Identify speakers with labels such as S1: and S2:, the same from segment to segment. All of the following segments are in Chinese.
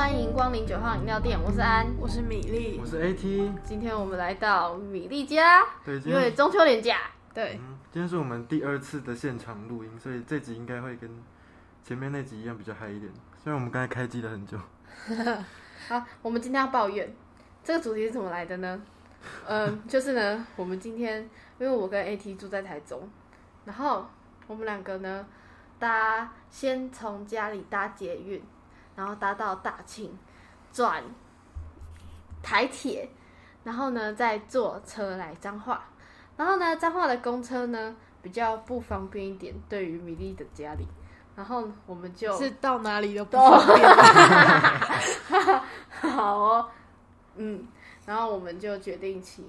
S1: 零九号饮料店，我是安。
S2: 我是米粒
S3: 我，是 AT，
S1: 今天我们来到米粒家，
S3: 对，今
S1: 因为
S3: 天、
S1: 中秋连假，
S2: 对，
S3: 嗯、今天是我们第二次的现场录音，所以这集应该会跟前面那集一样比较嗨一点。虽然我们刚才开机了很久，
S1: 好，我们今天要抱怨，这个主题是怎么来的呢？嗯，就是呢，我们今天因为我跟 AT 住在台中，然后我们两个呢搭先从家里搭捷运，然后搭到大庆，转台铁，然后呢再坐车来彰化，然后呢彰化的公车呢比较不方便一点，对于米粒的家里，然后我们就是
S2: 到哪里都不方便。
S1: 好哦，嗯，然后我们就决定骑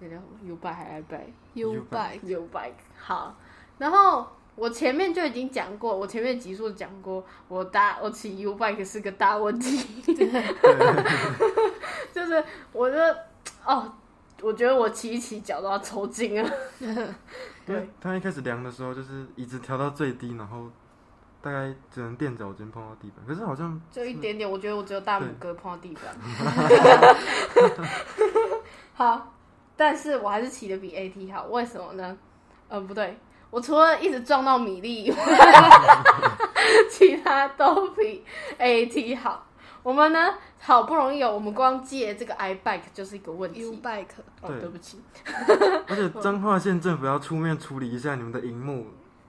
S1: 那叫什么 U bike 还是 bike
S2: U bike，
S1: U bike 好，然后我前面就已经讲过，我前面集数讲过，我搭我骑 U bike 是个大问题， 就是我就哦，我觉得我骑一骑脚都要抽筋了，
S3: 因
S1: 对
S3: 为他一开始量的时候就是椅子调到最低，然后大概只能垫脚尖碰到地板，可是好 像
S1: 就一点点，我觉得我只有大拇哥碰到地板， 好，但是我还是骑的比 AT 好，为什么呢？嗯，不对，我除了一直撞到米粒以外， 其他都比 AT 好。我们呢，好不容易有，我们光借这个 i bike 就是一个问
S2: U
S1: 题。
S2: bike，
S1: 哦，
S3: 对
S1: 对不起，
S3: 而且彰化县政府要出面处理一下你们的荧幕，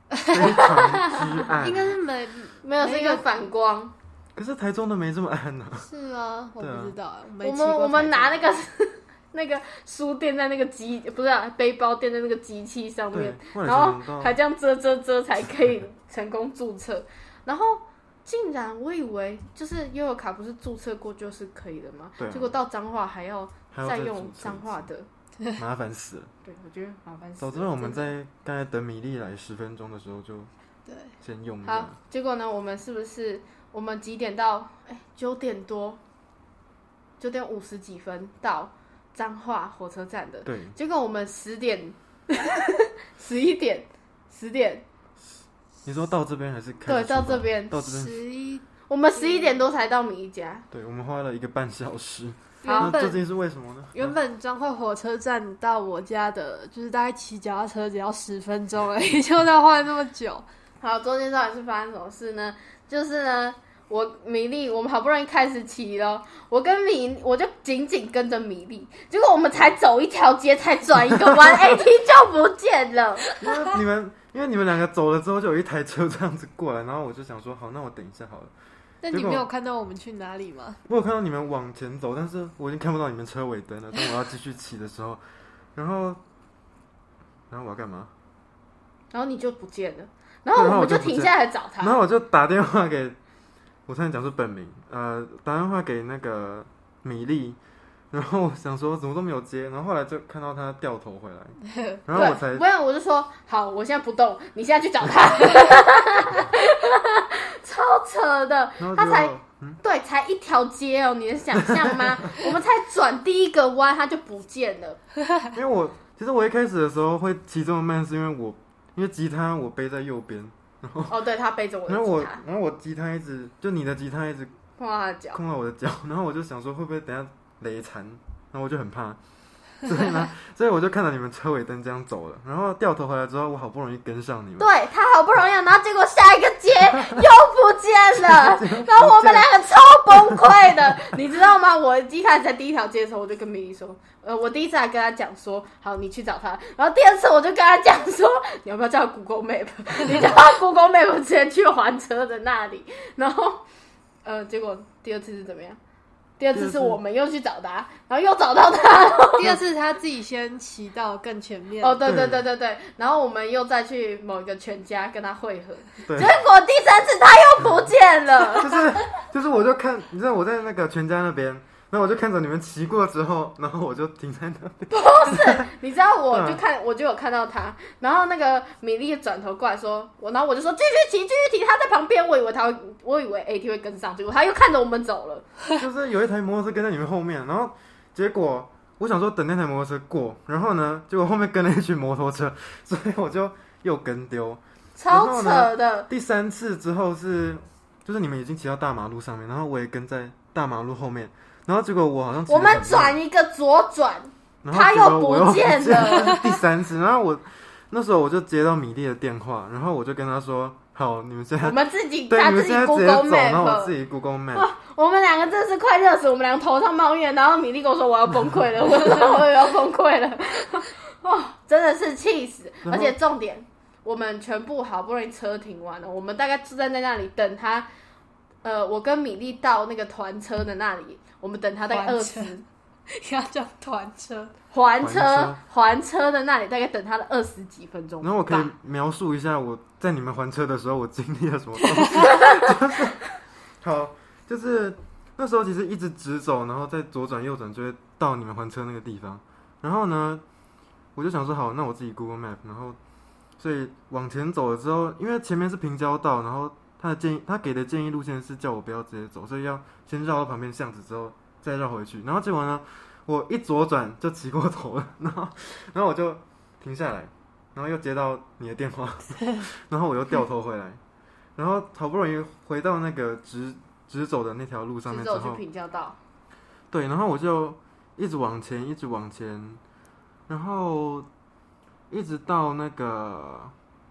S3: 非常之
S2: 应
S3: 暗。
S2: 该是没
S1: 没有是一
S2: 没
S1: 个
S2: 有
S1: 反光。
S3: 可是台中的没这么暗呢、
S2: 是吗？我
S3: 对啊
S2: 不知道啊，我没
S1: 我
S2: 骑过
S1: 们我们拿那
S2: 台
S1: 个 那个书垫在那个机，不是、啊、背包垫在那个机器上面
S3: 对，，我也
S1: 然后
S3: 想到
S1: 还这样遮遮遮才可以成功注 册，然后竟然我以为就是悠游卡不是注册过就是可以的吗？
S3: 对啊
S1: 结果到彰化还要
S3: 还要
S1: 再
S3: 再
S1: 用
S3: 注册
S1: 彰化的，
S3: 麻烦 死了。
S1: 对我觉得麻烦死
S3: 早
S1: 了。
S3: 知道我们
S1: 真的
S3: 在刚才等米粒来十分钟的时候就
S2: 中，对，
S3: 先用一下
S1: 好。，结果呢，我们是不是我们几点到？哎，九点多，九点五十几分到彰化火车站的，
S3: 对，
S1: 结果我们十点、 十一点、十点，
S3: 你说到这边还是开
S1: 对，
S3: 始出
S1: 到
S3: 发
S1: 这边，
S3: 到这边，
S2: 十一
S1: 我们十一点多才到米一家。
S3: 对我们花了一个半小 时。
S1: 好
S3: 那
S2: 原
S3: 究
S2: 本
S3: 竟是为什么呢？
S2: 原本彰化火车站到我家的，就是大概骑脚踏车只要十分钟而已，就要花了那么 久。
S1: 好，中间到底是发生什么事呢？就是呢，我米粒，我们好不容易开始骑了，我跟米，我就紧紧跟着米粒，结果我们才走一条街，才转一个 弯，AT 就不见了。
S3: 因为你们，因为你们两个走了之后，就有一台车这样子过来，然后我就想说，好，那我等一下好了。
S2: 那你
S3: 结果
S2: 没有看到我们去哪里吗？
S3: 我有看到你们往前走，但是我已经看不到你们车尾灯了。当我要继续骑的时候，然后，然后我要干嘛？
S1: 然后你就不见了，然后我们就停下来找
S3: 然
S1: 他。
S3: 后我就打电话给，我差点讲出本名，呃，打电话给那个米粒，然后想说怎么都没有接，然后后来就看到他掉头回 来，然后我才
S1: 对，不然我就说好，我现在不动，你现在去找他， 超扯的。
S3: 然后
S1: 他才
S3: 就
S1: 对，才一条街哦，你能想象吗？ 我们才转第一个弯，他就不见了。
S3: 因为我其实我一开始的时候会骑这么慢，是因为我因为吉他我背在右边，
S1: 哦，对他背着我的
S3: 然后我
S1: 吉他，
S3: 然后我吉他一直就你的吉他一直
S1: 碰到他的脚。
S3: 碰到我的脚，然后我就想说会不会等一下雷残，然后我就很怕，所以 呢，所以我就看到你们车尾灯这样走了，然后掉头回来之后，我好不容易跟上你们，
S1: 对他好不容易，啊然后结果下一个街又不见了， 然后我们两个超崩溃 的，你知道吗？我一开始在第一条街的时候，我就跟米莉说，呃，我第一次还跟他讲说，好，你去找他，然后第二次我就跟他讲说，你要不要叫 Google Map？你叫他 Google Map 直接去还车的那里，然后，呃，结果第二次是怎么样？第二次是我们又去找他，然后又找到他，
S2: 第二次他自己先骑到更前 面，
S1: 哦，对对
S3: 对
S1: 对对对，然后我们又再去某一个全家跟他会合，
S3: 对
S1: 结果第三次他又不见 了。
S3: 就是就是我就看，你知道我在那个全家那边，然后我就看着你们骑过之后，然后我就停在那里，
S1: 你知道，我
S3: 嗯
S1: 就看，我就有看到他，然后那个米莉转头过来说，我，然后我就说继续骑，继续骑。他在旁边，我以为他会，我以为 AT 会跟上，结果他又看着我们走了。
S3: 就是有一台摩托车跟在你们后面，然后结果我想说等那台摩托车过，然后呢，结果后面跟了一群摩托车，所以我就又跟丢。然
S1: 超
S3: 后
S1: 扯
S3: 呢
S1: 的，
S3: 第三次之后是，就是你们已经骑到大马路上面，然后我也跟在大马路后面，然后结果我好像骑得
S1: 我们
S3: 很慢，
S1: 转一个左转，
S3: 然后
S1: 他
S3: 结果我
S1: 不
S3: 又
S1: 见了。
S3: 第三次，然后我那时候我就接到米粒的电话，然后我就跟他说：“好，你们现
S1: 我
S3: 在
S1: 们自己
S3: 对
S1: 他
S3: 你
S1: 自
S3: 们
S1: 己
S3: 现在直接
S1: Google
S3: 走，然后我
S1: Map，
S3: 自己 Google Map。
S1: 我们两个真是快热死，我们两个头上冒烟，然后米粒跟我说我要崩溃了，我说我要崩溃 了，哦，真的是气死！
S3: 然
S1: 而
S3: 后
S1: 且重点，我们全部好不容易车停完了，我们大概就站在那里等他，呃，我跟米粒到那个团车的那里，我们等他大概二
S2: 团
S1: 十
S2: 车要叫团车，
S1: 还
S3: 还
S1: 车
S3: 车
S1: 还车的那里，大概等他了二十几分”钟吧。
S3: 然后我可以描述一下我在你们还车的时候我经历了什么东西， 就是好，就是那时候其实一直直走，然后再左转右转就会到你们还车那个地方。然后呢，我就想说好，那我自己 Google Map，然后所以往前走了之后，因为前面是平交道，然后他的建议他给的建议路线是叫我不要直接走，所以要先绕到旁边巷子之后再绕回去。然后结果呢，我一左转就骑过头了，然后然后我就停下来，然后又接到你的 电话，然后我又掉头回来，然后好不容易回到那个直直走的那条路上
S1: 直
S3: 面之
S1: 走去
S3: 后，
S1: 平交道，
S3: 对，然后我就一直往前，一直往前，然后一直到那个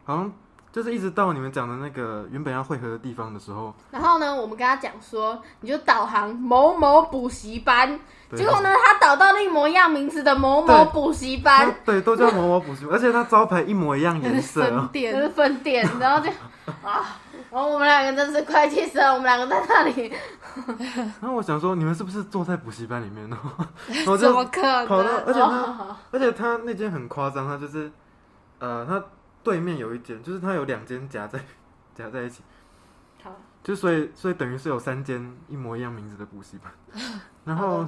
S3: 好像就是一直到你们讲的那个原本要汇合的地方的时候，
S1: 然后呢，我们跟他讲说，你就导航某某补习班，
S3: 对
S1: 结果呢，他导到另模一样名字的某某
S3: 对
S1: 补习
S3: 它
S1: 班，
S3: 哦对都叫某某补习，而且它招牌一模一样
S2: 那
S3: 颜
S2: 是
S3: 色
S2: 啊分
S3: 哦，
S1: 就
S2: 店
S1: 是分店，然 后就啊，然后我们两个真是快气死了，我们两个在那里，
S3: 然后我想说你们是不是坐在补习班里 面？然后然后
S2: 怎
S3: 就
S2: 么可
S3: 跑到，
S2: 能？
S3: 而且它
S1: 哦
S3: 而且它那间很夸张，它就是呃它对面有一间，就是它有两间夹在夹在一起。
S1: 好，
S3: 就所以所以等于是有三间一模一样名字的补习班， 然后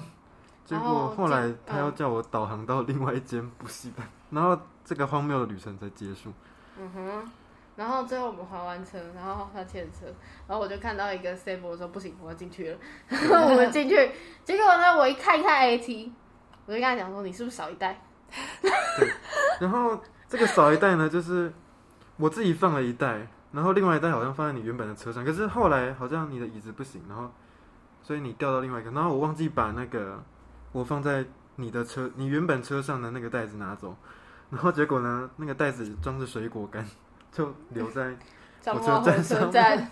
S3: 结
S1: 哦然后嗯
S3: 果后来
S1: 进
S3: 他要叫我导航到另外一间补习班，然后这个荒谬的旅程才结束。
S1: 嗯哼。然后最后我们还完车，然后他牵车，然后我就看到一个 s a b l e 说不行，我要进 去了。然后我们进去，结果呢，我一看一看 AT，我就跟他讲说你是不是少一袋？
S3: 然后这个少一袋呢，就是我自己放了一袋，然后另外一袋好像放在你原本的车上，可是后来好像你的椅子不行，然后所以你掉到另外一个，然后我忘记把那个我放在你的车，你原本车上的那个袋子拿走，然后结果呢，那个袋子装着水果干， 就留在。
S1: 彰
S3: 我
S1: 化
S3: 就
S1: 火
S3: 在
S1: 车
S3: 上
S1: 站。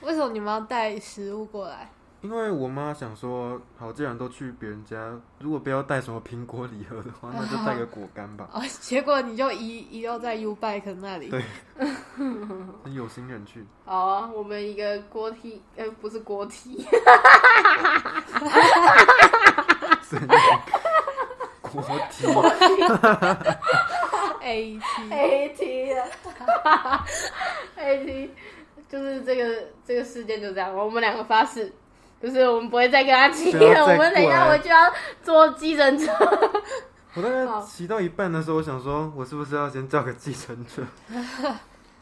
S2: 为什么你们要带食物过来？
S3: 因为我妈想说，好，既然都去别人家，如果不要带什么苹果礼盒的话，那就带个果干 吧。
S2: 哦，结果你就遗遗留在 U Bike 那里
S3: 对，很有心人去，
S1: 好啊，我们一个锅梯，呃，不是锅梯，
S3: 所以那个果体
S2: ，A T，
S1: A T 啊，A T，就是这个这个事件就这样，我们两个发誓，就是我们不会再跟他骑
S3: 不
S1: 了，
S3: 要再
S1: 我们等一下
S3: 过来
S1: 回去要坐计程车，
S3: 我大概
S1: 好
S3: 骑到一半的时候，我想说，我是不是要先叫个计程 车？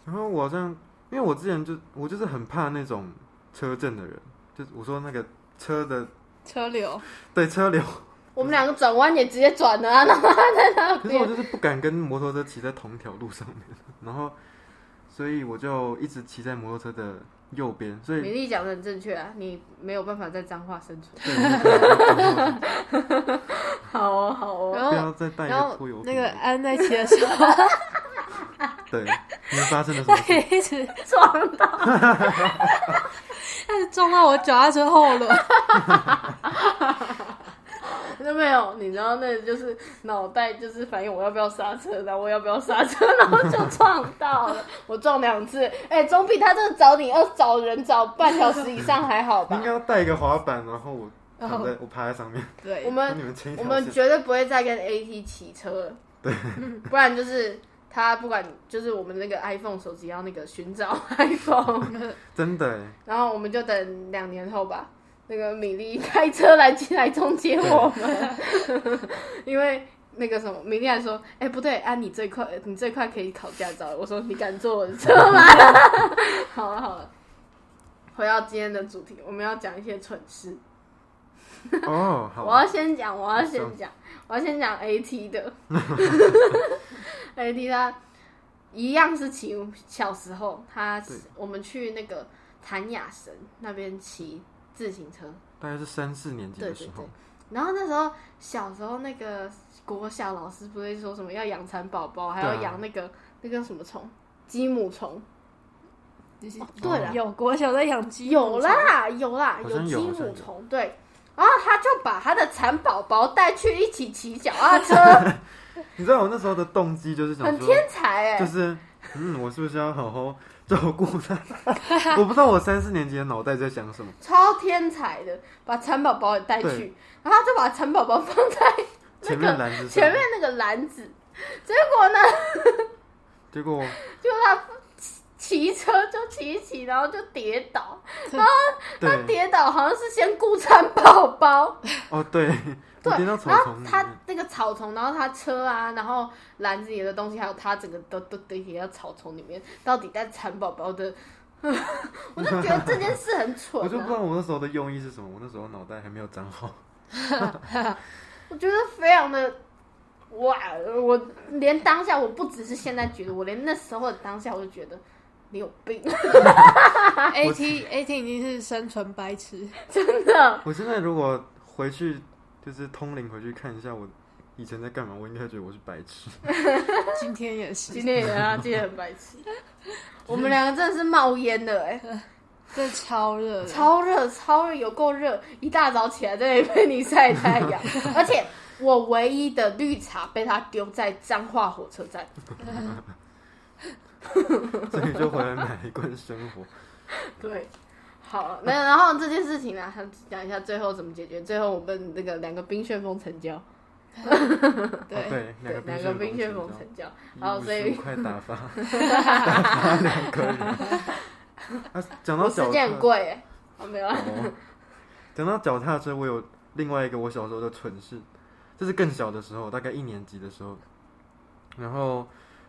S3: 然后我好像，因为我之前就我就是很怕那种车震的人，就是我说那个车的
S2: 车流，
S3: 对车 流，
S1: 我们两个转弯也直接转了啊，然后他在那
S3: 可是我
S1: 边，
S3: 就是不敢跟摩托车骑在同一条路 上面，然后，所以我就一直骑在摩托车的右边，所以
S1: 米粒讲的很正确啊，你没有办法在彰化生存。
S3: 对我就不敢
S1: 好哦，好哦，
S2: 然
S3: 不
S2: 后
S3: 要再带一
S2: 然
S3: 个
S2: 后
S3: 拖油瓶
S2: 那个安在骑 的时候，
S3: 对，你们发生了什么
S2: 他
S3: 事？
S2: 也一直
S1: 撞到，
S2: 他是撞到我脚踏车 后轮，
S1: 那没有，你知道那就是脑袋就是反应我要不要刹车，然后我要不要刹车，然后就撞到了，我撞两次，哎、总比他这个找你要找人找半小时以上还好
S3: 应
S1: 吧
S3: 该？要带一个滑板，然后我躺
S2: 哦
S3: 在我趴在上面，
S2: 对
S1: 我，
S3: 跟你
S1: 们
S3: 们牵一
S1: 我
S3: 条
S1: 们
S3: 线。
S1: 绝对不会再跟 AT 骑车了，对，不然就是他不管就是我们那个 iPhone 手机要那个寻找 iPhone，
S3: 真的欸耶，
S1: 然后我们就等两年后吧。那个米莉开车来来中接我们，因为那个什么，米莉还说：“哎、不对，啊，你最快，你最快可以考驾照。”我说：“你敢坐我的车吗？” 好了好了，回到今天的主题，我们要讲一些蠢事。
S3: 哦，好
S1: 我要先讲，我要先讲，我要先讲 AT 的 AT 他一样是骑小时候，他
S3: 对
S1: 我们去那个谭雅神那边骑自行车，
S3: 大概是三四年级的时候，
S1: 然后那时候小时候那个国小老师不是说什么要养蚕宝宝，还要
S3: 对啊
S1: 养那个那个什么虫，鸡母虫。
S2: 就是
S1: 哦对啦
S2: 有国小在养鸡，
S1: 有，啦，有啦，
S3: 好
S1: 有
S3: 像有
S1: 鸡
S3: 好像
S1: 母
S3: 有
S1: 虫，对。然后他就把他的蚕宝宝带去一起骑脚踏 车，
S3: 你知道我那时候的动机就是想
S1: 很
S3: 说，
S1: 天才哎、
S3: 就是嗯，我是不是要好好照顾他？ 我不知道我三四年级的脑袋在想什么。
S1: 超天才的，把蚕宝宝也带去
S3: 对，
S1: 然后他就把蚕宝宝放在
S3: 前面篮子上，
S1: 前面那个篮子，结果呢，
S3: 结果
S1: 就他骑车就骑一骑，然后就跌倒，他
S3: 对
S1: 跌倒好像是先顾蚕宝宝，
S3: 哦对，我
S1: 对，
S3: 颠到
S1: 然
S3: 草
S1: 后
S3: 丛里
S1: 他
S3: 面，
S1: 那个草丛，然后他车啊，然后篮子里的东西，还有他整个都都都也到草丛里面，到底在蚕宝宝的， 我就觉得这件事很蠢、啊。
S3: 我就不知道我那时候的用意是什么。我那时候脑袋还没有长好，
S1: 我觉得非常的哇！我连当下，我不只是现在觉得，我连那时候的当下，我就觉得你有病，
S2: AT AT 已经是生存白 痴，
S1: 真的。
S3: 我现在如果回去就是通灵回去看一下我以前在干嘛，我应该觉得我是白痴。
S2: 今天也是
S1: 今，天也让他今天很白痴，我们两个真的是冒烟的哎、
S2: 这超热的，
S1: 超热超热，有够热！一大早起来在那里被你晒太阳，而且我唯一的绿茶被他丢在彰化火车站，
S3: 所以就回来买了一罐生活。哦
S1: 对。好，那然后这件事情呢，还讲一下最后怎么解决。最后我们那个两个冰旋风成交，
S3: 哦
S1: 啊
S3: 对，
S2: 对，
S1: 对，
S3: 两
S1: 两个冰旋
S3: 旋
S1: 风
S3: 风
S1: 成交。嗯好
S3: 好，
S1: 所
S3: 所
S1: 以
S3: 以快 打发打发两个人。啊，讲到
S1: 我时
S3: 脚
S1: 间很
S3: 踏
S1: 贵耶，我没有啊，
S3: 哦，讲到脚踏车，我有另外一个我小时候的蠢事，这是更小的时候，大概一年级的时候。然后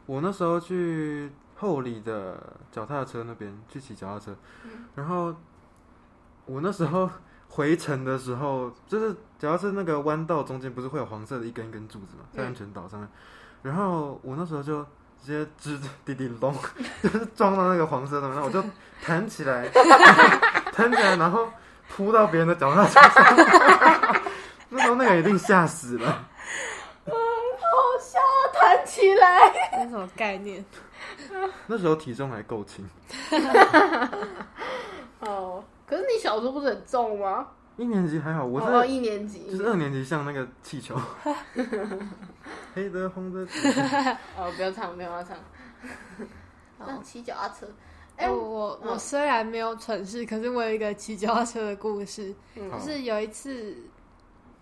S3: 我那时候去后里的脚踏车那边去骑脚踏车，然后我那时候回程的时候，就是脚踏车那个弯道中间不是会有黄色的一根一根柱子嘛，在
S1: 嗯
S3: 安全岛上面。然后我那时候就直接直滴滴咚， 就是撞到那个黄色的，然后我就弹起来，弹起来，然后扑到别人的脚踏车上。那时候那个一定吓死了，
S1: 好笑啊，弹起来。
S2: 这是什么概念？
S3: 那时候体重还够轻，
S1: 哦，可是你小时候不是很重吗？
S3: 一年级还好，我
S1: 哦、
S3: 是
S1: 一年
S3: 就是
S1: 级。
S3: 二年级像那个气球，黑的红的紫的，
S1: 哦，不要唱，没有要唱。那骑脚踏车，哎、
S2: 哎、我我虽然没有蠢事，可是我有一个骑脚踏车的故事，就
S3: 好
S2: 是有一次，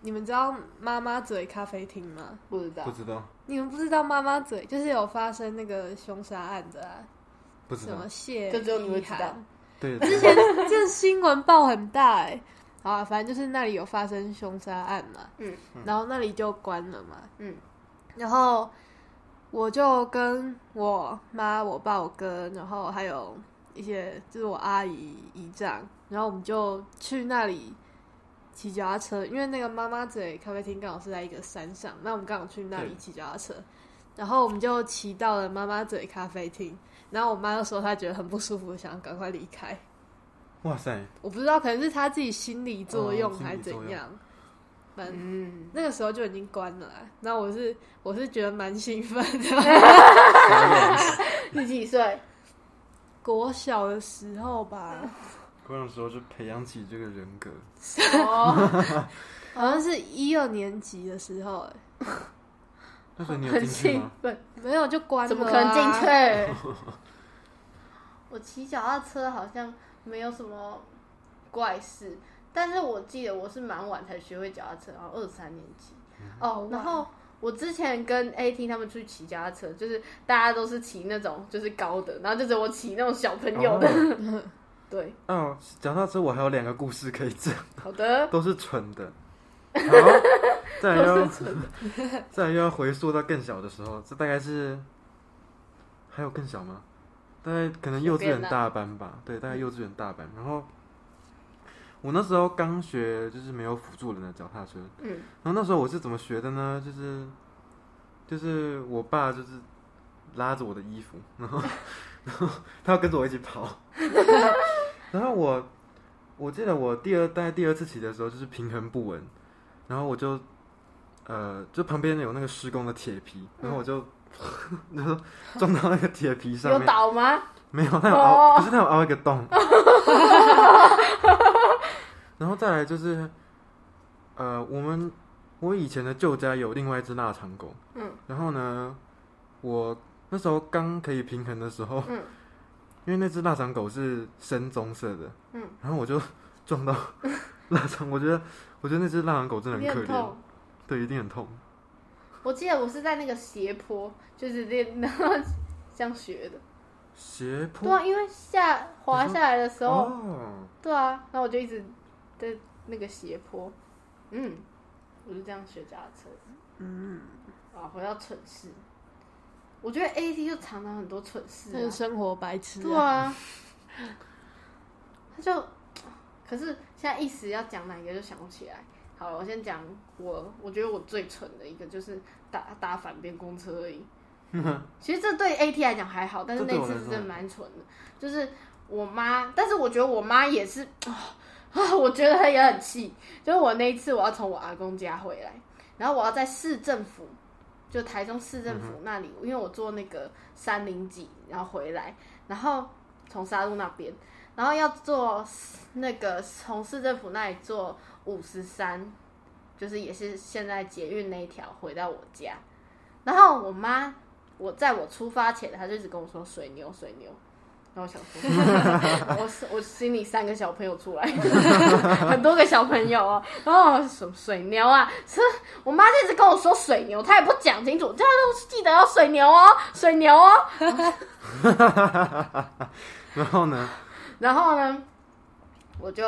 S2: 你们知道妈妈嘴咖啡厅吗？
S1: 不知道
S3: 不。知道，
S2: 你们不知道妈妈嘴就是有发生那个凶杀案的啊，
S3: 不知
S2: 什
S3: 道
S2: 么，谢
S1: 就只有你会
S2: 依
S1: 知
S2: 涵
S1: 道
S3: 对，
S2: 之前 这新闻报很大哎、好啊，反正就是那里有发生凶杀案嘛，
S1: 嗯，
S2: 然后那里就关了嘛，
S1: 嗯，
S2: 然后我就跟我妈、我爸、我哥，然后还有一些就是我阿姨、姨丈，然后我们就去那里骑脚踏车，因为那个妈妈嘴咖啡厅刚好是在一个山上，那我们刚好去那里
S1: 嗯
S3: 对
S2: 骑脚踏车，然后我们就骑到了妈妈嘴咖啡厅，然后我妈就说她觉得很不舒服，想赶快离开。
S3: 哇塞，
S2: 我不知道，可能是她自己心理作用
S3: 哦
S2: 还是
S3: 心理作用
S2: 怎样，反正
S1: 嗯，
S2: 那个时候就已经关了啦。那我是我是觉得蛮兴奋 的，
S1: 你几岁？
S2: 国小的时候吧，
S3: 我想说就培养起这个人格，
S1: 哦，
S2: 好像是一二年级的时候、欸，
S3: 那时候你有
S1: 很
S3: 进去
S1: 兴
S3: 吗？
S1: 奋，
S2: 没有就关了、啊，
S1: 怎么可能进？去？我骑脚踏车好像没有什么怪事，但是我记得我是蛮晚才学会脚踏车，好像二三年级。
S2: 哦，
S1: 然后我之前跟 AT 他们去骑脚踏车，就是大家都是骑那种就是高的，然后就只有我骑那种小朋友的。对，
S3: 哦，脚踏车我还有两个故事可以讲，
S1: 好的，
S3: 都是蠢 的。好，再来
S1: 都
S3: 要
S1: 是纯的。
S3: 再来又要回溯到更小的时候，这大概是还有更小吗？大概可能幼稚园大班吧，对，大概幼稚园大班。然后我那时候刚学，就是没有辅助轮的脚踏车。
S1: 嗯，
S3: 然后那时候我是怎么学的呢？就是就是我爸就是拉着我的衣服， 然后然后他要跟着我一起跑，然后我。我记得我第二大概第二次骑的时候，就是平衡不稳，然后我就呃，就旁边有那个施工的铁皮，然后我就、 就是撞到那个铁皮上
S1: 有
S3: 面，
S1: 倒吗？
S3: 没有，它
S1: 哦
S3: 有凹，可是它有凹一个 洞。然后再来就是，呃，我们我以前的旧家有另外一只腊肠狗，嗯，然后呢，我那时候刚可以平衡的时候，嗯，因为那只腊肠狗是深棕色的，嗯，然后我就撞 到腊肠，我觉得我觉得那只腊肠狗真的
S1: 一定
S3: 很
S1: 很
S3: 可怜，
S1: 痛。
S3: 对，一定很痛。
S1: 我记得我是在那个斜坡，就是练， 然后这样学的。
S3: 斜
S1: 对
S3: 坡
S1: 啊，因为下滑下来的时候，
S3: 哦，
S1: 对啊，然后我就一直在那个斜坡，嗯，我就这样学脚踏车。嗯，啊，回到蠢事，我觉得 AT 就常常很多蠢事、
S2: 那是
S1: 啊。
S2: 生活白痴
S1: 对
S2: 啊、
S1: 啊，他就，可是现在一时要讲哪一个就想不起来。好了，我先讲我，我觉得我最蠢的一个就是打打反边公车而 已。其实这对 AT 来讲还好，但是那
S3: 这对我
S1: 次
S3: 来说
S1: 是真的蛮蠢的。就是我妈，但是我觉得我妈也是啊，我觉得她也很气。就是我那一次我要从我阿公家回来，然后我要在市政府，就台中市政
S3: 嗯
S1: 府那里，因为我坐那个三零几，然后回来，然后从沙鹿那边，然后要坐那个从市政府那里坐五十三，就是也是现在捷运那一条回到我家，然后我妈。我在我出发前，她就一直跟我说水牛水牛，然后我想说， 我是我心里三个小朋友出来， 很多个小朋友哦，然后我什么水牛啊，是我妈就一直跟我说水牛，她也不讲清楚，叫她记得要水牛哦，水牛哦，
S3: 然 后呢？
S1: 然后呢，我就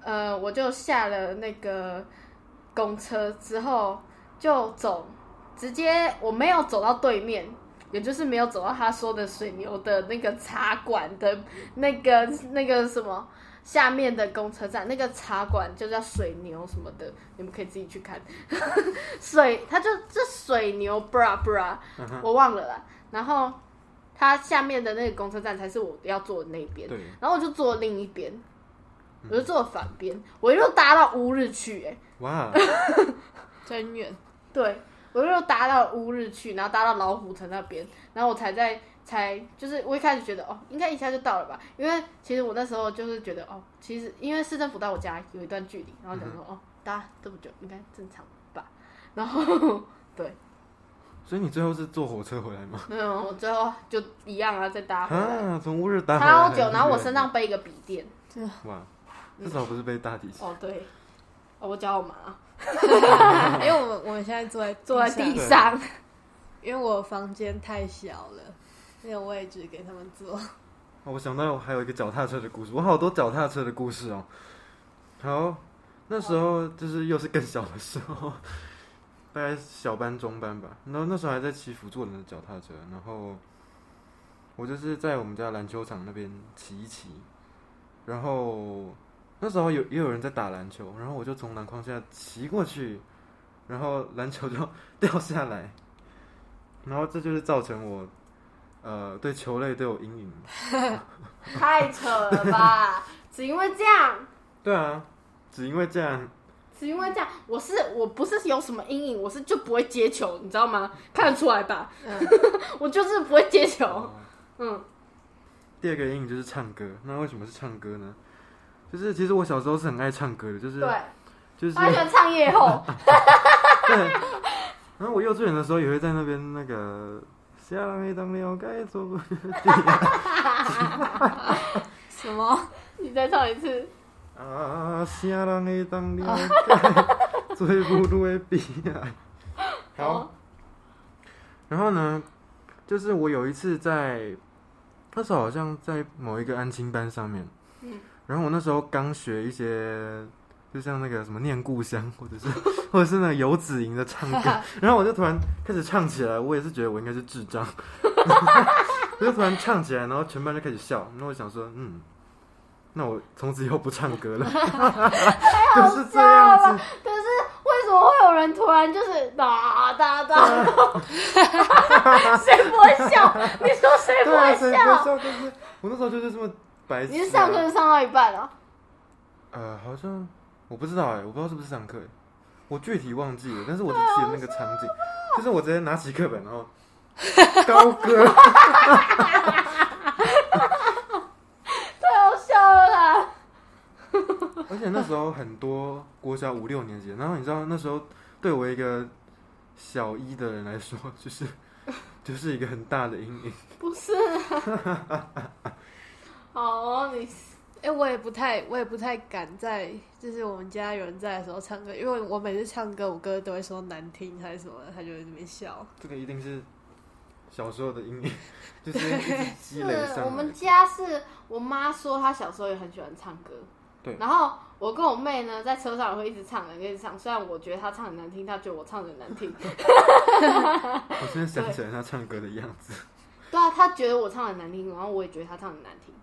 S1: 呃，我就下了那个公车之后，就走，直接我没有走到对面，也就是没有走到他说的水牛的那个茶馆的那个那个什么。下面的公车站那个茶馆就叫水牛什么的，你们可以自己去看。 水，它就这水牛 bra bra，、我忘了啦。然后它下面的那个公车站才是我要坐的那边。
S3: 对，
S1: 然后我就坐另一边，我就坐反边，我一路搭到乌日去、欸，
S3: 哇，
S2: 真远。
S1: 对我一路搭到乌日去，然后搭到老虎城那边，然后我才在才就是我一开始觉得哦，应该一下就到了吧，因为其实我那时候就是觉得哦，其实因为市政府到我家有一段距离，然后想说、
S3: 嗯
S1: 哦，搭这么久应该正常吧，然后对，
S3: 所以你最后是坐火车回来吗？
S1: 没有，我最后就一样啊，再搭回来，
S3: 啊，从乌日打回来
S1: 超
S3: 很
S1: 久，然后我
S3: 远
S1: 身上背一个笔电，
S3: 哇，至少不是被大提琴。
S1: 哦对，哦我脚好麻，
S2: 因为我们我们现在坐在
S1: 坐在地
S2: 上
S3: 上
S1: 上。
S2: 因为我房间太小了，没有位置给他们坐。
S3: 哦我想到我还有一个脚踏车的故事，我好多脚踏车的故事哦。好，那时候就是又是更小的时候， 大概小班中班吧。然后那时候还在骑辅助人的脚踏车，然后我就是在我们家篮球场那边骑一骑，然后那时候有也有人在打篮球，然后我就从篮筐下骑过去，然后篮球就 掉下来，然后这就是造成我呃对球类都有阴影。
S1: 太扯了吧！ 只因为这样，
S3: 对啊，只因为这样，
S1: 只因为这样，我是我不是有什么阴影，我是就不会接球，你知道吗？看得出来吧？
S2: 嗯
S1: 我就是不会接球。嗯，
S3: 哦第二个阴影就是唱歌。那为什么是唱歌呢？就是其实我小时候是很爱唱歌的，就是
S1: 对，
S3: 就是
S1: 我，还喜欢唱夜后。
S3: 然后我幼稚园的时候也会在那边那个。下没当了该走不
S2: 什么？
S1: 你再唱一次，
S3: 啊，下人的当 了该做不如的比啊。好，然后呢，就是我有一次在那时候好像在某一个安亲班上面，
S1: 嗯
S3: 然后我那时候刚学一些，就像那个什么念故乡，或者是或者是那个游子吟的唱歌，然后我就突然开始唱起来，我也是觉得我应该是智障，我就突然唱起来，然后全班就开始笑，然后我想说，嗯。那我从此以后不唱歌了， 就是这样子。
S1: 可是为什么会有人突然就是哒哒
S3: 嗯
S1: 哒？ 谁不会笑？ 你说谁不
S3: 对啊，所
S1: 会笑？
S3: 以不会笑，就是我那时候就是这么白痴啊。
S1: 你是上课上到一半啊？
S3: 呃，好像我不知道哎、我不知道是不是上课、欸，我具体忘记了，但是我只记得那个场景，就是我直接拿起课本，然后高歌，
S1: 太好笑了啦！
S3: 而且那时候很多国小五六年级，然后你知道那时候对我一个小一的人来说，就是 就是一个很大的阴影。
S1: 不 是、啊，好哦，你
S2: 哎、我也不太，我也不太敢在，就是我们家有人在的时候唱歌，因为我每次唱歌，我哥都会说难听还是什么的，他就会在那边笑。
S3: 这个一定是小时候的阴影， 就是一直积累
S1: 是我
S3: 上来
S1: 们。家是我妈说她小时候也很喜欢唱歌，
S3: 对
S1: 然后我跟我妹呢在车上也会一直唱，一直唱。虽然我觉得她唱很难听，她觉得我唱的难听。
S3: 我现在想起来他唱歌的样子，
S1: 对啊，她觉得我唱的难听，然后我也觉得她唱的难听。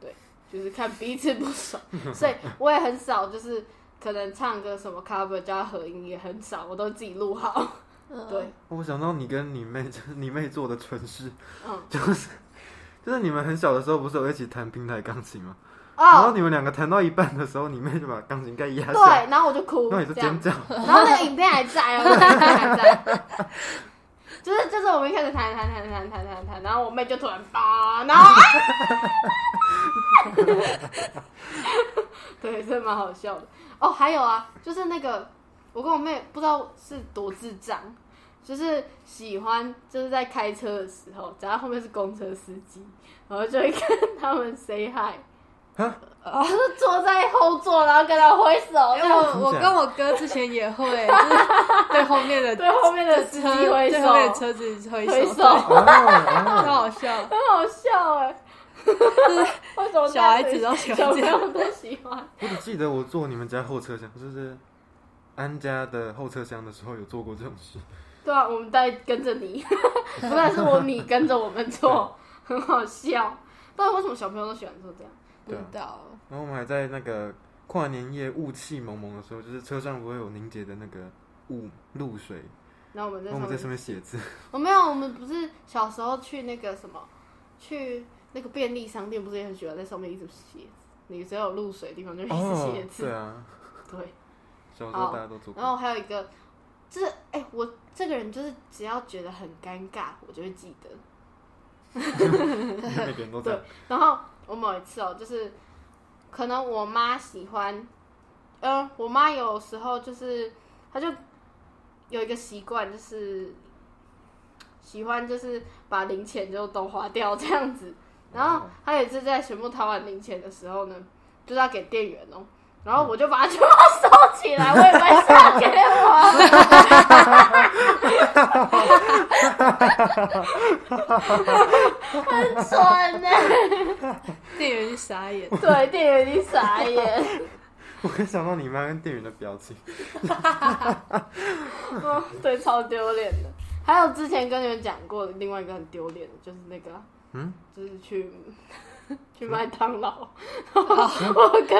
S1: 对，就是看彼此不 爽，所以我也很少就是可能唱歌什么 cover 加合音也很少，我都自己录好。
S3: 哦
S2: 嗯
S1: 对，
S3: 我想到你跟你妹，就是你妹做的蠢事，
S1: 嗯，
S3: 就是就是你们很小的时候不是有一起弹平台钢琴吗？然
S1: 哦，
S3: 后你们两个弹到一半的时候，你妹就把钢琴盖压下来，
S1: 对，然后我就哭，
S3: 然后你就
S1: 这样
S3: 尖叫。
S1: 然后那个影片还在哦，那个影片还 在。就是就是我们一开始弹弹弹弹弹弹弹，然后我妹就突然吧，然 后、啊、 对，真的蛮好笑的。哦，还有啊，就是那个我跟我妹不知道是多智障，就是喜欢就是在开车的时候，只要后面是公车司机，然后就会跟他们 say hi，
S3: 啊
S1: 就是坐在后座，然后跟他挥手，
S2: 因为
S1: 然后
S2: 我我跟我哥之前也会，就是对后面的
S1: 对后面的司机
S2: 车，
S1: 挥
S2: 对后面的
S1: 手，
S2: 车子挥
S1: 挥
S2: 手，
S1: 手，
S3: 哦
S2: 超
S3: 哦，
S2: 好笑。
S1: 很好笑 哎、为什么
S2: 小孩子都喜
S1: 喜
S2: 欢
S1: 欢
S2: 这
S1: 这
S2: 样
S1: 样？都喜欢。
S3: 我只记得我坐你们家后车厢，就是安家的后车厢的时候有做过这种事。
S1: 对啊，我们在跟着你，不但是我你跟着我们做，很好笑。不然为什么小朋友都喜欢做这样？
S2: 不知道，
S3: 然后我们还在那个跨年夜雾气蒙蒙的时候，就是车上不会有凝结的那个雾露水，
S1: 然后我们在
S3: 然
S1: 上
S3: 后我们在
S1: 面，
S3: 上面写字。
S1: 我没有，我们不是小时候去那个什么，去那个便利商店，不是也很喜欢在上面一直写字？你只要有露水的地方就一直 写
S3: 哦，
S1: 字，
S3: 对啊，
S1: 对。
S3: 小时候大家都做过。
S1: 然后还有一个，就是哎、我这个人就是只要觉得很尴尬，我就会记得。
S3: 每个 人都这样。
S1: 然后我某一次哦，就是可能我妈喜欢，呃，我妈有时候就是她就有一个习惯，就是喜欢就是把零钱就都花掉这样子。然后她有一次在全部掏完零钱的时候呢，就是要给店员哦。然后我就把它全部收起来，我也没送给我。很蠢欸呢、
S2: 店员就傻眼。
S1: 对，店员你傻眼。
S3: 我可以想到你妈跟店员的表情。
S1: 嗯，对，超丢脸的。还有之前跟你们讲过的另外一个很丢脸的，就是那个啊，
S3: 嗯，
S1: 就是去 去麦当劳，然后 我跟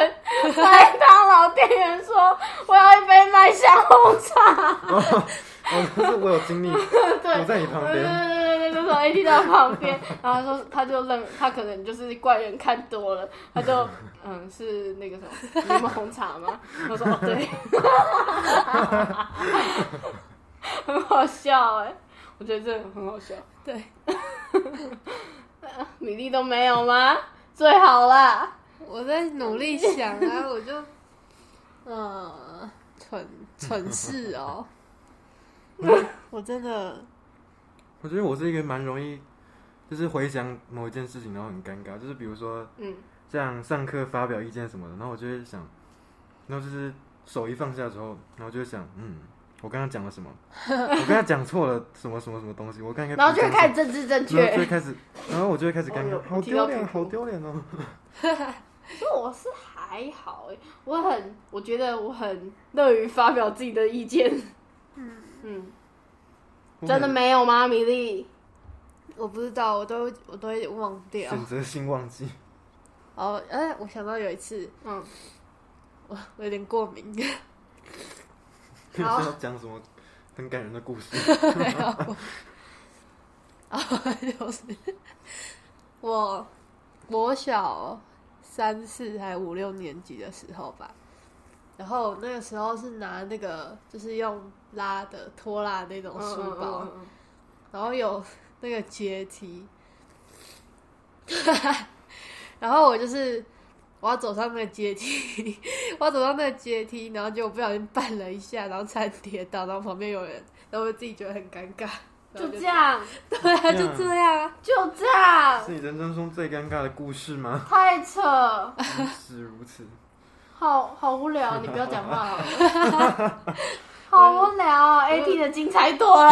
S1: 麦当劳店员说我要一杯麦香红茶，
S3: 哦，但是我有 经历，我在你旁
S1: 对对对
S3: 边。
S1: 对对，从 AT 到旁边，然后他说他就愣，他可能就是怪人看多了，他就嗯是那个什么柠檬红茶吗？我说哦对，很好笑哎、我觉得这个很好笑。
S2: 对，
S1: 米粒都没有吗？最好啦。
S2: 我在努力想啊，我就，嗯，蠢蠢事哦，我真的
S3: 我觉得我是一个蛮容易，就是回想某一件事情，然后很尴尬，就是比如说
S1: 嗯，
S3: 像上课发表意见什么的，然后我就会想，然后就是手一放下之后，然后就会想，嗯，我刚刚讲了什么？我刚刚讲错了什么什么什么东西？我刚刚应该
S1: 然后就会
S3: 不这
S1: 开
S3: 样
S1: 始政治正
S3: 讲然后就
S1: 确
S3: 会。开始，然后我就会开始尴
S1: 哦
S3: 尬
S1: 有，
S3: 好
S1: 提到
S3: 丢脸，
S1: 这个
S3: 好丢脸哦！
S1: 其实我是还好哎、我很，我觉得我很乐于发表自己的意见。嗯
S3: 我
S1: 真的
S3: 很
S1: 没有吗，米粒？
S2: 我不知道，我都我都会忘掉。
S3: 选择性忘 记，
S2: 哦，哎，我想到有一次，
S1: 嗯，
S2: 我我有点过敏，
S3: 是
S1: 好
S3: 要讲什么很感人的故事？
S2: 然后就是我国小三四还五六年级的时候吧，然后那个时候是拿那个就是用拉的拖拉那种书包，
S1: 嗯嗯嗯嗯嗯
S2: 然后有那个阶梯， 然后我就是我要走上那个阶梯， 我要走上那个阶梯，然后结果不小心绊了一下，然后差点跌倒，然后旁边有人，然后我自己觉得很尴尬，然
S1: 就
S2: 后
S1: 这，样，
S2: 对啊，就 这样啊，
S1: 就这样，
S3: 是你人生中最尴尬的故事 吗？
S1: 太扯，
S3: 不是如此，
S1: 好好无聊，你不要讲话好了，好无聊哦，AT 的精彩多了，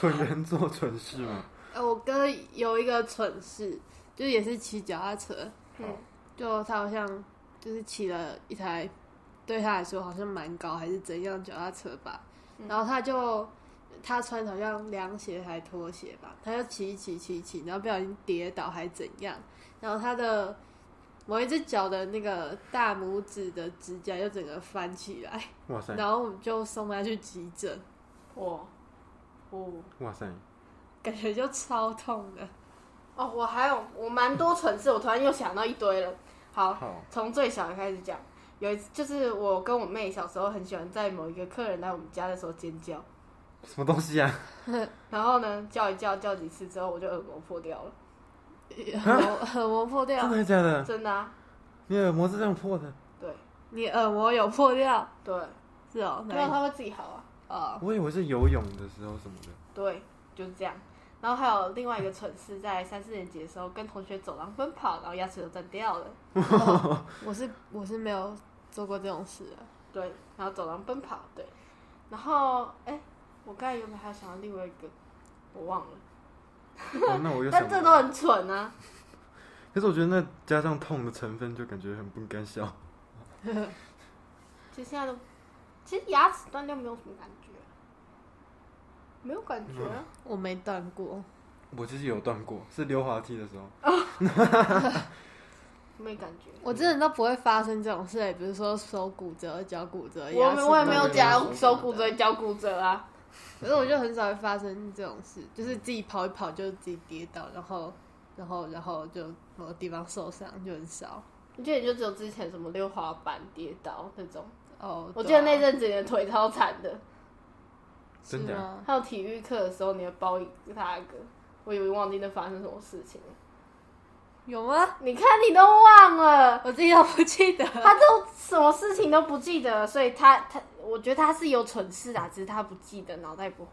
S3: 蠢人做蠢事嘛。
S2: 呃，我哥有一个蠢事，就是也是骑脚踏车，
S1: 嗯
S2: 就他好像就是骑了一台对他来说好像蛮高还是怎样脚踏车吧，然后他就他穿好像凉鞋还拖鞋吧，他就骑一骑骑一骑，然后不小心跌倒还怎样，然后他的某一只脚的那个大拇指的指甲又整个翻起来，
S3: 哇塞，
S2: 然后我们就送他去急诊，
S1: 我，我。
S3: 哇塞，
S2: 感觉就超痛的。
S1: 哦，我还有我蛮多蠢事，我突然又想到一堆了。好，
S3: 好，
S1: 从最小的开始讲，有一次就是我跟我妹小时候很喜欢在某一个客人来我们家的时候尖叫，
S3: 什么东西啊？
S1: 然后呢叫一叫叫几次之后我就耳膜破掉了，
S2: 耳耳膜破掉
S3: 真，的假的？
S1: 真的、啊，
S3: 你耳膜是这样破的？
S1: 对
S2: 你耳膜有破掉，
S1: 对，
S2: 是哦，
S1: 没有
S2: 那
S1: 它会自己好啊，
S2: 哦，
S3: 我以为是游泳的时候什么的。
S1: 对，就是这样。然后还有另外一个蠢事，在三四年级的时候跟同学走廊奔跑，然后牙齿都断掉了。
S2: 我是我是没有做过这种事的，
S1: 对，然后走廊奔跑，对，然后哎，我刚才有没有还想到另外一个，我忘了，
S3: 哦那我又
S1: 但
S3: 想
S1: 这
S3: 到
S1: 都很蠢啊。
S3: 可是我觉得那加上痛的成分，就感觉很不该笑。
S1: 其实现在都，其实牙齿断掉没有什么感觉，啊没有感觉、啊。
S2: 我没断过。
S3: 我其实有断过，是溜滑梯的时候。嗯
S1: 没感觉。
S2: 我真的都不会发生这种事，也不是说手骨折、脚骨折，
S1: 我
S2: 呃牙齿
S1: 们我也没有
S3: 牙齿
S2: 断掉
S3: 都
S1: 讲手骨，折、脚骨折啊，
S2: 可是我就很少会发生这种事，就是自己跑一跑就自己跌倒，然后然后然后就某个地方受伤就很少。
S1: 我记得你就只有之前什么溜滑板跌倒那种。
S2: 哦，
S1: 我记
S2: 对啊
S1: 得那阵子你的腿超惨的，
S2: 是
S3: 真的啊
S2: 吗？
S1: 还有体育课的时候你的包一大个，我以为忘记那发生什么事情了。
S2: 有吗？
S1: 你看你都忘了，
S2: 我自己都不记 得。
S1: 他都什么事情都不记得，所以他他我觉得他是有蠢事啊，只是他不记得，脑袋不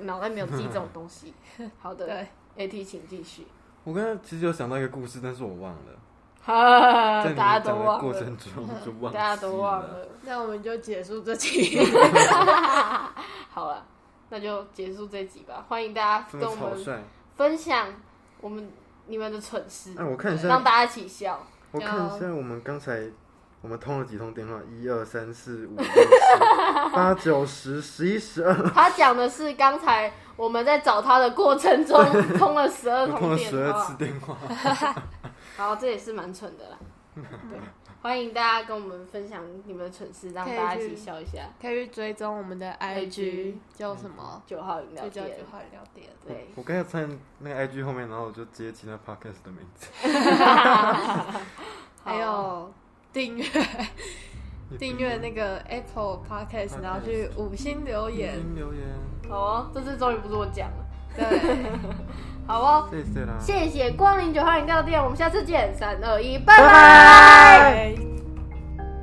S1: 脑袋没有记这种东 西。好的
S2: 对，
S1: ，AT 请继续。
S3: 我刚刚其实有想到一个故事，但是我忘了，
S1: 哈，
S3: 在你
S1: 大家
S3: 们
S1: 都
S3: 讲的
S1: 忘
S3: 过
S1: 了，
S3: 程中就忘记
S1: 大家都忘了。
S2: 那我们就结束这期。
S1: 好了，那就结束这集吧。欢迎大家
S3: 这
S1: 跟我
S3: 么草
S1: 们
S3: 率。
S1: 分享我们你们的蠢事，
S3: 哎，我看一
S1: 让
S3: 下，
S1: 大家一起笑。
S3: 我看一下，我们刚才我们通了几通电话？一二三四五六七 八九十十一十二，
S1: 他讲的是刚才我们在找他的过程中通了十二
S3: 我通
S1: 通
S3: 了十
S1: 电
S3: 二次
S1: 话，
S3: 电话。
S1: 好，这也是蛮蠢的啦。对，欢迎大家跟我们分享你们的蠢事，让
S2: 可以
S1: 大家一
S2: 去
S1: 起笑一下。
S2: 可以去追踪我们的
S1: IG
S2: IG 叫什么？
S1: 九号饮料
S2: 就叫
S1: 店
S2: 九，号聊天。
S1: 对，
S3: 我刚才参那个 IG 后面，然后我就直接记那 podcast 的名字。
S1: 好哦
S2: 还
S1: 啊
S2: 有订阅订阅那个 Apple Podcast，
S3: Podcast 嗯
S2: 然后去五星留
S3: 也
S2: 言。
S3: 留言，
S1: 好哦，这次终于不是我讲了，
S2: 对，
S1: 好哦。
S3: 谢谢啦。
S1: 谢谢光临九号饮料店，我们下次见，三二一，拜
S3: 拜
S1: 拜。
S2: 拜。